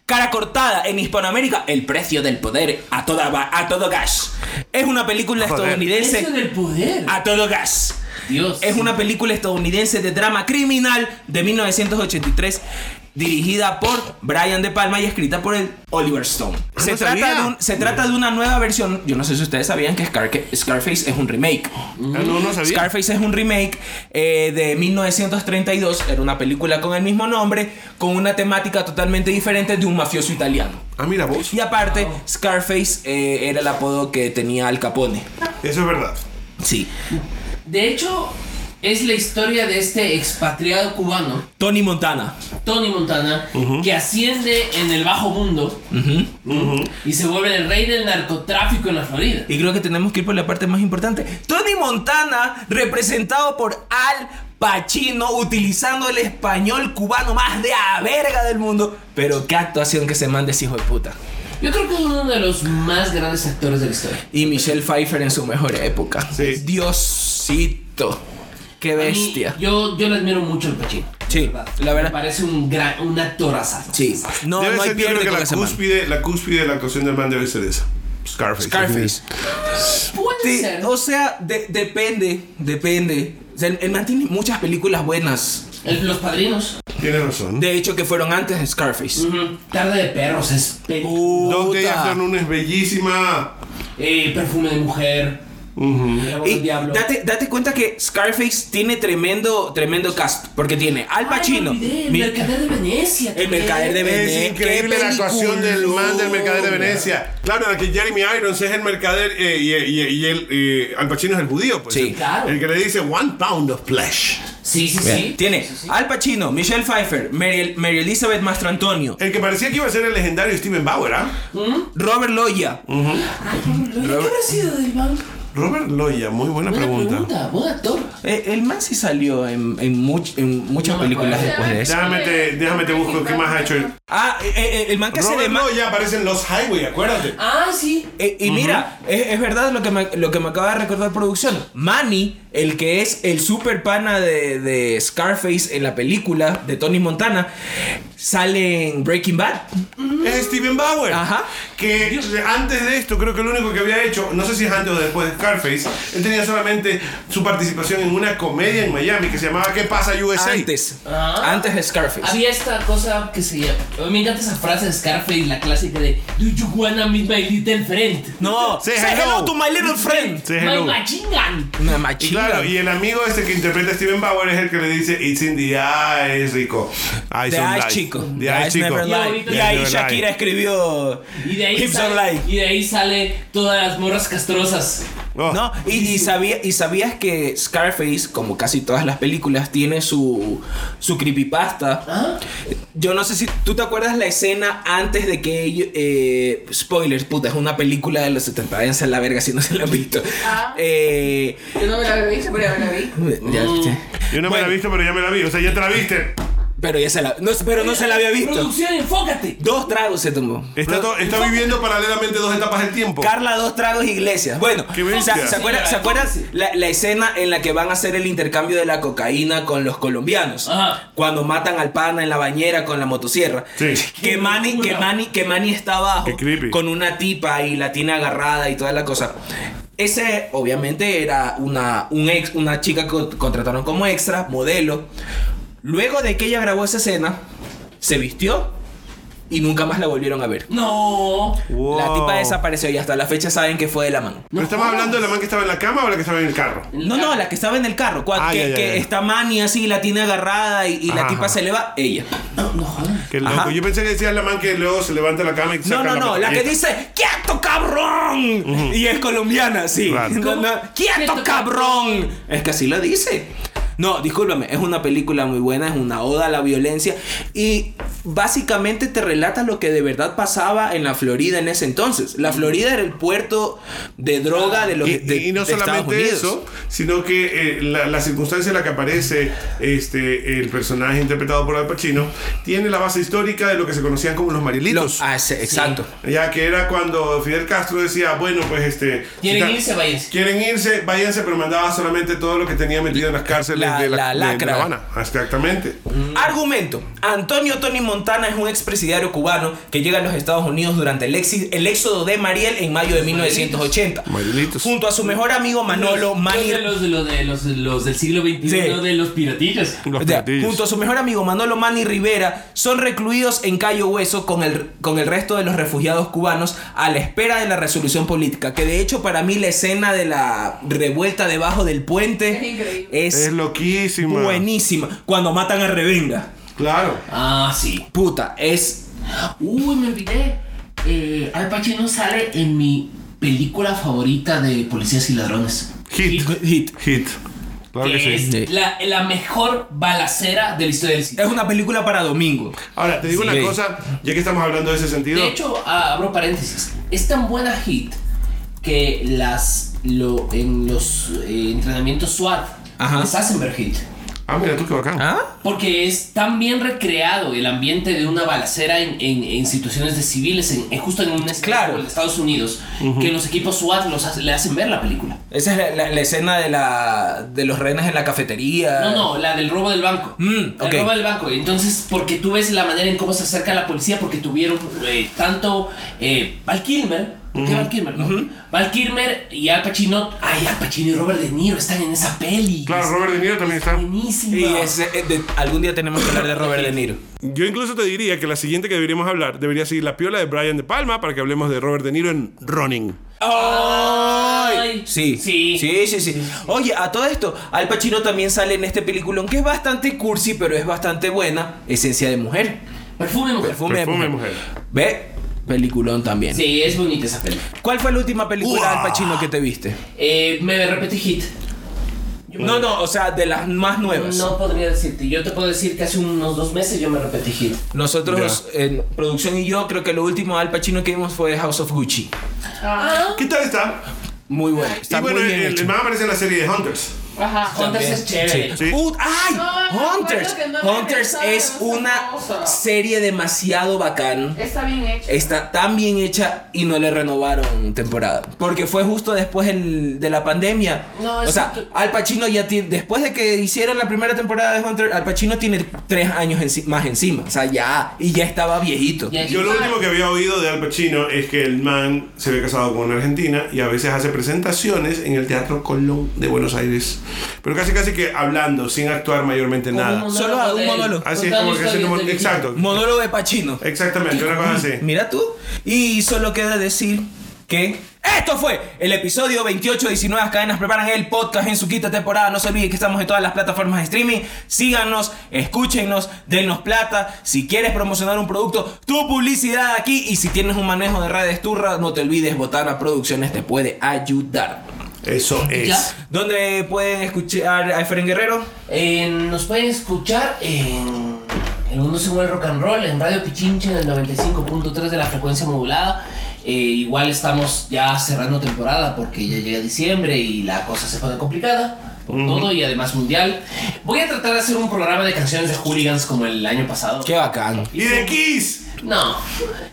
Speaker 5: Cara cortada en Hispanoamérica, El precio del poder a toda va- a todo gas. Es una película
Speaker 2: Joder.
Speaker 6: Eso
Speaker 5: estadounidense
Speaker 6: del poder.
Speaker 5: a todo gas.
Speaker 6: Dios.
Speaker 5: Ah, Es una película estadounidense de drama criminal de 1983 dirigida por Brian De Palma y escrita por el Oliver Stone. Se,
Speaker 2: Ah, no
Speaker 5: trata,
Speaker 2: sabía.
Speaker 5: de un- se trata de una nueva versión, yo no sé si ustedes sabían que Scar- que Scarface es un remake.
Speaker 2: Ah, No, no sabía.
Speaker 5: Scarface es un remake eh, de 1932, era una película con el mismo nombre, con una temática totalmente diferente de un mafioso italiano.
Speaker 2: Ah, mira vos.
Speaker 5: Y aparte, Scarface eh, era el apodo que tenía Al Capone.
Speaker 2: Eso es verdad.
Speaker 5: Sí.
Speaker 6: De hecho, es la historia de este expatriado cubano.
Speaker 5: Tony Montana.
Speaker 6: Tony Montana, que asciende en el bajo mundo y se vuelve el rey del narcotráfico en la Florida.
Speaker 5: Y creo que tenemos que ir por la parte más importante. Tony Montana, representado por Al Pacino, utilizando el español cubano más de a verga del mundo. Pero qué actuación que se mande ese hijo de puta.
Speaker 6: Yo creo que es uno de los más grandes actores de la historia.
Speaker 5: Y Michelle Pfeiffer en su mejor época.
Speaker 2: Sí.
Speaker 5: Diosito. Qué
Speaker 6: A mí,
Speaker 5: bestia.
Speaker 6: yo, yo le admiro mucho al Pacino.
Speaker 5: Sí, la
Speaker 6: Me
Speaker 5: verdad.
Speaker 6: parece un gran, un actorazo.
Speaker 5: Sí. No,
Speaker 2: debe
Speaker 5: no hay
Speaker 2: ser, yo creo
Speaker 5: pierde
Speaker 2: que
Speaker 5: con
Speaker 2: la
Speaker 5: ese man.
Speaker 2: cúspide, la cúspide de la actuación del man debe ser esa. Scarface.
Speaker 5: Scarface.
Speaker 6: Puede
Speaker 5: Sí,
Speaker 6: ser.
Speaker 5: o sea, de- depende, depende. O sea, el, el man tiene muchas películas buenas.
Speaker 6: El- los padrinos.
Speaker 2: Tienes razón.
Speaker 5: De hecho, que fueron antes de Scarface.
Speaker 6: Tarde de perros es pe-
Speaker 5: Uh.
Speaker 2: Dog Day
Speaker 5: Puta.
Speaker 2: Afternoon es bellísima.
Speaker 6: eh, perfume de mujer. Diablo,
Speaker 5: Y
Speaker 6: diablo.
Speaker 5: date, date cuenta que Scarface tiene tremendo, tremendo cast. Porque tiene Al Pacino,
Speaker 6: Ay, me olvidé, el
Speaker 5: Mi-
Speaker 6: mercader de Venecia.
Speaker 5: El mercader de Venecia.
Speaker 2: Es
Speaker 5: Qué
Speaker 2: increíble la actuación del man del mercader de Venecia. Claro, la que Jeremy Irons es el mercader eh, y, y- y el eh, Al Pacino es el judío, pues.
Speaker 5: Sí.
Speaker 6: Claro.
Speaker 2: El que le dice one pound of flesh.
Speaker 6: Sí, sí,
Speaker 5: Vean,
Speaker 6: sí.
Speaker 5: tiene
Speaker 6: Sí, sí.
Speaker 5: Al Pacino, Michelle Pfeiffer, Mary, Mary Elizabeth Mastro Antonio,
Speaker 2: El que parecía que iba a ser el legendario Steven Bauer, ¿ah?
Speaker 5: Robert Loya,
Speaker 6: Ay, ¿Qué habrá sido del man?
Speaker 2: Robert Loya, muy buena,
Speaker 6: Buena
Speaker 2: pregunta.
Speaker 6: pregunta, buen actor.
Speaker 5: Eh, El man sí salió en, en much- en muchas
Speaker 6: No me
Speaker 5: películas
Speaker 6: acuerdo.
Speaker 5: después de eso.
Speaker 2: Déjame te, déjame te busco qué más ha hecho él.
Speaker 5: Ah, eh, eh, el man que se
Speaker 2: Robert
Speaker 5: dema-
Speaker 2: Loya aparece en Los Highway, acuérdate.
Speaker 6: Ah, sí.
Speaker 5: Eh, y mira, es, es verdad lo que, me, lo que me acaba de recordar producción. Manny, el que es el super pana de, de Scarface en la película de Tony Montana, sale en Breaking Bad.
Speaker 2: Es Steven Bauer.
Speaker 5: Mm. Ajá.
Speaker 2: Que antes de esto, creo que lo único que había hecho, no sé si es antes o después de Scarface, él tenía solamente su participación en una comedia en Miami que se llamaba ¿Qué pasa USA?
Speaker 5: Antes.
Speaker 6: Ah.
Speaker 5: Antes de Scarface.
Speaker 6: Había esta cosa que se llama. Me encanta esa frase de Scarface, la clásica de Do you wanna meet my little friend?
Speaker 5: No,
Speaker 2: Say
Speaker 5: say
Speaker 2: hello.
Speaker 5: hello to my little friend.
Speaker 2: Sí,
Speaker 6: my
Speaker 2: hello.
Speaker 6: machingan.
Speaker 5: Una
Speaker 2: Y
Speaker 5: machina.
Speaker 2: claro, y el amigo este que interpreta a Steven Bauer es el que le dice It's in the eyes, rico. Eyes
Speaker 5: The
Speaker 2: on
Speaker 5: Ice
Speaker 2: life.
Speaker 5: Chico.
Speaker 2: The
Speaker 5: The
Speaker 2: Eyes
Speaker 5: Ice
Speaker 2: Chico.
Speaker 5: Never Lie.
Speaker 6: ahorita
Speaker 5: Y
Speaker 2: The
Speaker 5: ahí
Speaker 2: Eyes Never
Speaker 5: Shakira
Speaker 2: Lie.
Speaker 5: escribió
Speaker 6: Y de ahí,
Speaker 5: Hips Don't
Speaker 6: sale,
Speaker 5: Lie.
Speaker 6: y de ahí sale todas las morras castrosas.
Speaker 2: Oh.
Speaker 5: No, y, y sabía, y sabías que Scarface, como casi todas las películas, tiene su, su creepypasta.
Speaker 6: ¿Ah?
Speaker 5: Yo no sé si tú te acuerdas la escena antes de que ellos... eh, spoilers, puta, es una película de los 70, váyanse a la verga si no se la han visto.
Speaker 7: Ah.
Speaker 5: Eh,
Speaker 7: Yo no me la vi, pero ya me la vi.
Speaker 5: ya- ya.
Speaker 2: Yo no me la
Speaker 5: Bueno,
Speaker 2: he visto, pero ya me la vi. O sea, ya te la viste.
Speaker 5: Pero ya se la, no, pero no se la había visto.
Speaker 6: Producción, enfócate.
Speaker 5: Dos tragos se tomó.
Speaker 2: Está, to- está viviendo paralelamente dos etapas del tiempo.
Speaker 5: Carla dos tragos iglesias. Bueno,
Speaker 2: Qué bestia.
Speaker 5: ¿se, se acuerdan, ¿se acuerdan la, la escena en la que van a hacer el intercambio de la cocaína con los colombianos?
Speaker 6: Ajá.
Speaker 5: Cuando matan al pana en la bañera con la motosierra.
Speaker 2: Sí.
Speaker 5: Que Manny, que Manny, que Manny está abajo
Speaker 2: Qué creepy.
Speaker 5: con una tipa y la tiene agarrada y toda la cosa. Ese obviamente era una, un ex, una chica que contrataron como extra, modelo. Luego de que ella grabó esa escena, se vistió y nunca más la volvieron a ver.
Speaker 6: No.
Speaker 2: Wow.
Speaker 5: La tipa desapareció y hasta la fecha saben que fue de la mano.
Speaker 2: ¿Pero estamos hablando de la man que estaba en la cama o la que estaba en el carro?
Speaker 5: No, no, la que estaba en el carro, cua-
Speaker 2: Ah,
Speaker 5: que,
Speaker 2: ya, ya,
Speaker 5: que
Speaker 2: ya.
Speaker 5: está Manny así, la tiene agarrada y, y la
Speaker 2: Ajá,
Speaker 5: tipa
Speaker 2: ajá.
Speaker 5: se le va, ella.
Speaker 6: No, no, jodas.
Speaker 2: Qué loco.
Speaker 5: Ajá.
Speaker 2: Yo pensé que decía la man que luego se levanta la cama y saca
Speaker 5: No, no, no, la que
Speaker 2: patadita.
Speaker 5: dice, ¡quieto cabrón! Y es colombiana, sí.
Speaker 2: Claro.
Speaker 5: No, no, ¡Quieto
Speaker 6: ¿Quieto,
Speaker 5: cabrón! Es que así lo dice. No, discúlpame, es una película muy buena, es una oda a la violencia y básicamente te relata lo que de verdad pasaba en la Florida en ese entonces. La Florida era el puerto de droga de los
Speaker 2: Y,
Speaker 5: de-
Speaker 2: y no
Speaker 5: de Estados
Speaker 2: solamente
Speaker 5: Unidos.
Speaker 2: eso, sino que eh, la, la circunstancia en la que aparece este, el personaje interpretado por Al Pacino tiene la base histórica de lo que se conocían como los
Speaker 5: Los-
Speaker 2: Marielitos.
Speaker 5: ah, sí, exacto.
Speaker 2: Ya que era cuando Fidel Castro decía, bueno, pues este.
Speaker 6: Quieren
Speaker 2: quita-
Speaker 6: irse, váyanse.
Speaker 2: Quieren irse, váyanse, pero mandaba solamente todo lo que tenía metido en las cárceles
Speaker 5: La-
Speaker 2: de, la,
Speaker 5: la
Speaker 2: de- de
Speaker 5: lacra.
Speaker 2: La Habana. Exactamente.
Speaker 5: Argumento. Antonio Tony Montana es un expresidiario cubano que llega a los Estados Unidos durante el, exi- el éxodo de Mariel en mayo de 1980.
Speaker 2: Marielitos.
Speaker 5: Junto a su mejor amigo Manolo Manny.
Speaker 6: Los de los, de los, de los, los del siglo XXI,
Speaker 5: Sí.
Speaker 6: de los piratillos.
Speaker 2: Los
Speaker 5: o sea,
Speaker 2: platillos.
Speaker 5: junto a su mejor amigo Manolo Manny Rivera son recluidos en Cayo Hueso con el, con el resto de los refugiados cubanos a la espera de la resolución política. Que de hecho para mí la escena de la revuelta debajo del puente
Speaker 7: Es increíble.
Speaker 5: es,
Speaker 2: Es loquísima.
Speaker 5: buenísima. Cuando matan a Revenga.
Speaker 2: Claro.
Speaker 6: Ah, sí. Ah,
Speaker 5: Puta, es
Speaker 6: Uy, me olvidé. Eh, Al Pacino sale en mi película favorita de policías y ladrones.
Speaker 2: Hit.
Speaker 5: hit.
Speaker 2: Hit. Claro que
Speaker 6: que
Speaker 2: sí.
Speaker 5: Sí.
Speaker 6: es la, la mejor balacera de la historia del cine.
Speaker 5: Es una película para domingo.
Speaker 2: Ahora, te digo
Speaker 5: Sí.
Speaker 2: una cosa, ya que estamos hablando de ese sentido.
Speaker 6: De hecho, ah, abro paréntesis. Es tan buena hit que las lo, en los eh, entrenamientos SWAT
Speaker 5: Ajá.
Speaker 6: les hacen ver hit.
Speaker 2: Ah, mira tú qué bacán.
Speaker 5: ¿Ah?
Speaker 6: Porque es tan bien recreado el ambiente de una balacera en, en- en situaciones de civiles, en, en- justo en un escenario
Speaker 5: Claro.
Speaker 6: como el de Estados Unidos, que los equipos SWAT los hace- le hacen ver la película.
Speaker 5: Esa es la, la- la escena de la de los rehenes en la cafetería.
Speaker 6: No, no, la del robo del banco.
Speaker 5: Mm, ok.
Speaker 6: El robo del banco. Entonces, porque tú ves la manera en cómo se acerca la policía, porque tuvieron eh, tanto eh, Val Kilmer. ¿Por qué Val Kilmer? no? Val Kilmer y Al Pacino. Ay, Al Pacino y Robert De Niro están en esa peli.
Speaker 2: Claro, Robert De Niro también está.
Speaker 6: Buenísima.
Speaker 5: Y ese, eh, de- algún día tenemos que hablar de Robert De Niro.
Speaker 2: Yo incluso te diría que la siguiente que deberíamos hablar debería ser la piola de Brian De Palma para que hablemos de Robert De Niro en Running.
Speaker 6: Ay.
Speaker 5: Sí.
Speaker 6: Sí.
Speaker 5: sí, sí, sí. Oye, a todo esto, Al Pacino también sale en este peliculón que es bastante cursi, pero es bastante buena. Esencia de mujer.
Speaker 6: Perfume mujer.
Speaker 5: Perfume,
Speaker 2: Perfume
Speaker 5: de
Speaker 2: de
Speaker 5: mujer.
Speaker 2: mujer.
Speaker 5: Ve, peliculón también.
Speaker 6: Sí, es bonita esa peli.
Speaker 5: ¿Cuál fue la última película de
Speaker 2: Uah.
Speaker 5: Al Pacino que te viste?
Speaker 6: Eh, me repetí hit.
Speaker 5: No, no, o sea, de las más
Speaker 2: Pues.
Speaker 5: nuevas.
Speaker 6: No podría decirte. Yo te puedo decir que hace unos dos meses yo me repetí hit.
Speaker 5: Nosotros, en producción y yo, creo que lo último Al Pacino que vimos fue House of Gucci.
Speaker 7: Ah,
Speaker 2: ¿Qué tal está?
Speaker 5: Muy bueno.
Speaker 2: Y
Speaker 5: Está
Speaker 2: bueno,
Speaker 5: muy
Speaker 2: el,
Speaker 5: bien
Speaker 2: el
Speaker 5: hecho.
Speaker 2: man aparece en la serie de Hunters.
Speaker 6: Ajá, Hunters es chévere.
Speaker 2: Sí.
Speaker 5: Ut- ¡Ay!
Speaker 7: No, me acuerdo
Speaker 5: Hunters.
Speaker 7: que no me
Speaker 5: Hunters
Speaker 7: acuerdo de
Speaker 5: es
Speaker 7: esa
Speaker 5: una
Speaker 7: cosa.
Speaker 5: serie demasiado bacán.
Speaker 7: Está bien hecho.
Speaker 5: Está tan bien hecha y no le renovaron temporada. Porque fue justo después el- de la pandemia.
Speaker 6: No,
Speaker 5: o
Speaker 6: es
Speaker 5: sea,
Speaker 6: que-
Speaker 5: Al Pacino ya tiene. Después de que hicieron la primera temporada de Hunter, Al Pacino tiene tres años enci- más encima. O sea, ya. Y ya estaba viejito.
Speaker 6: Y ahí-
Speaker 2: Yo lo último que había oído de Al Pacino es que el man se había casado con una argentina y a veces hace presentaciones en el Teatro Colón de Buenos Aires. Pero casi casi que hablando, sin actuar mayormente
Speaker 6: Como
Speaker 2: nada.
Speaker 6: un
Speaker 5: Solo
Speaker 6: monólogo
Speaker 5: un
Speaker 6: de él,
Speaker 5: monólogo.
Speaker 2: Así es
Speaker 6: contando
Speaker 2: como que hace
Speaker 6: historias
Speaker 2: un
Speaker 6: de vida.
Speaker 2: Exacto.
Speaker 5: Monólogo de Pacino.
Speaker 2: Exactamente, una cosa así.
Speaker 5: Mira tú. Y solo queda decir que esto fue el episodio 28 de 19 Las cadenas preparan el podcast en su quinta temporada. No se olviden que estamos en todas las plataformas de streaming. Síganos, escúchenos, denos plata. Si quieres promocionar un producto, tu publicidad aquí. Y si tienes un manejo de redes turra, no te olvides, Botana Producciones te puede ayudar.
Speaker 2: Eso es.
Speaker 6: Ya.
Speaker 5: ¿Dónde pueden escuchar a Efren Guerrero?
Speaker 6: Eh, nos pueden escuchar en El Mundo Según el Rock and Roll, en Radio Pichincha, en el 95.3 de la frecuencia modulada. Eh, igual estamos ya cerrando temporada porque ya llega diciembre y la cosa se pone complicada por todo y además mundial. Voy a tratar de hacer un programa de canciones de hooligans como el año pasado.
Speaker 5: Qué bacán.
Speaker 2: Y de Kiss.
Speaker 6: No,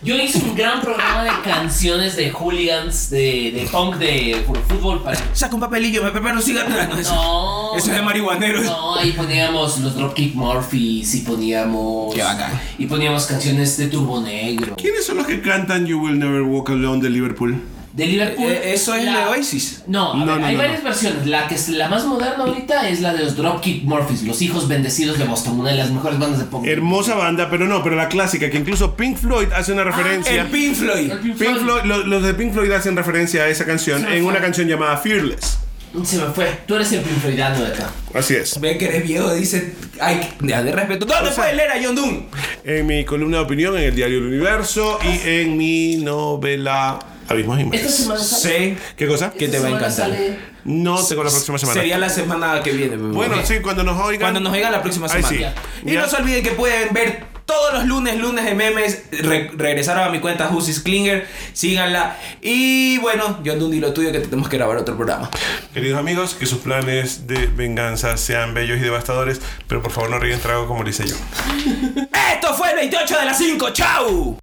Speaker 6: yo hice un gran programa de canciones de hooligans, de, de punk, de fútbol para
Speaker 5: Saca un papelillo, me preparo un cigarro. No, eso,
Speaker 6: no.
Speaker 5: eso es de marihuanero.
Speaker 6: No, ahí poníamos los Dropkick Murphys y poníamos.
Speaker 5: Qué bacán.
Speaker 6: Y poníamos canciones de Turbo Negro.
Speaker 2: ¿Quiénes son los que cantan You Will Never Walk Alone de Liverpool?
Speaker 6: De Liverpool.
Speaker 5: Eh, eso es
Speaker 6: la-
Speaker 5: de Oasis.
Speaker 6: No, a
Speaker 2: No,
Speaker 6: ver,
Speaker 2: no,
Speaker 6: hay
Speaker 2: no,
Speaker 6: varias
Speaker 2: no.
Speaker 6: versiones. La que es la más moderna ahorita es la de los Dropkick Murphys, los hijos bendecidos de Boston, una de las mejores bandas de punk.
Speaker 2: Hermosa banda, pero no, pero la clásica, que incluso Pink Floyd hace una referencia.
Speaker 5: Ah, El Pink Floyd.
Speaker 6: El Pink
Speaker 2: Pink
Speaker 6: Floyd.
Speaker 2: Floyd, lo- los de Pink Floyd hacen referencia a esa canción
Speaker 6: Sí,
Speaker 2: en una
Speaker 6: fue.
Speaker 2: canción llamada Fearless.
Speaker 6: Se me fue. Tú eres el Pink Floydano de acá.
Speaker 2: Así es.
Speaker 5: Ven que eres viejo, dice. Ay, deja de respeto. ¿Dónde puedes leer a John Doon?
Speaker 2: En mi columna de opinión en el diario El Universo y en mi novela Abismos
Speaker 6: Esta
Speaker 2: Inmensos.
Speaker 6: semana sale.
Speaker 5: Sé
Speaker 2: ¿Qué cosa?
Speaker 5: que te va a encantar.
Speaker 6: Sale-
Speaker 2: No tengo la próxima semana.
Speaker 5: Sería la semana que viene. mi
Speaker 2: Bueno,
Speaker 5: mujer.
Speaker 2: sí, cuando nos oigan.
Speaker 5: Cuando nos llega la próxima
Speaker 2: Ahí
Speaker 5: semana.
Speaker 2: sí.
Speaker 5: Y
Speaker 2: Ya.
Speaker 5: no se olviden que pueden ver todos los lunes, lunes de memes. Re- regresaron a mi cuenta Jusis Klinger. Síganla. Y bueno, John Doon, di lo tuyo que tenemos que grabar otro programa.
Speaker 2: Queridos amigos, que sus planes de venganza sean bellos y devastadores, pero por favor no ríen trago como lo hice yo.
Speaker 5: Esto fue el 28 de las 5. ¡Chau!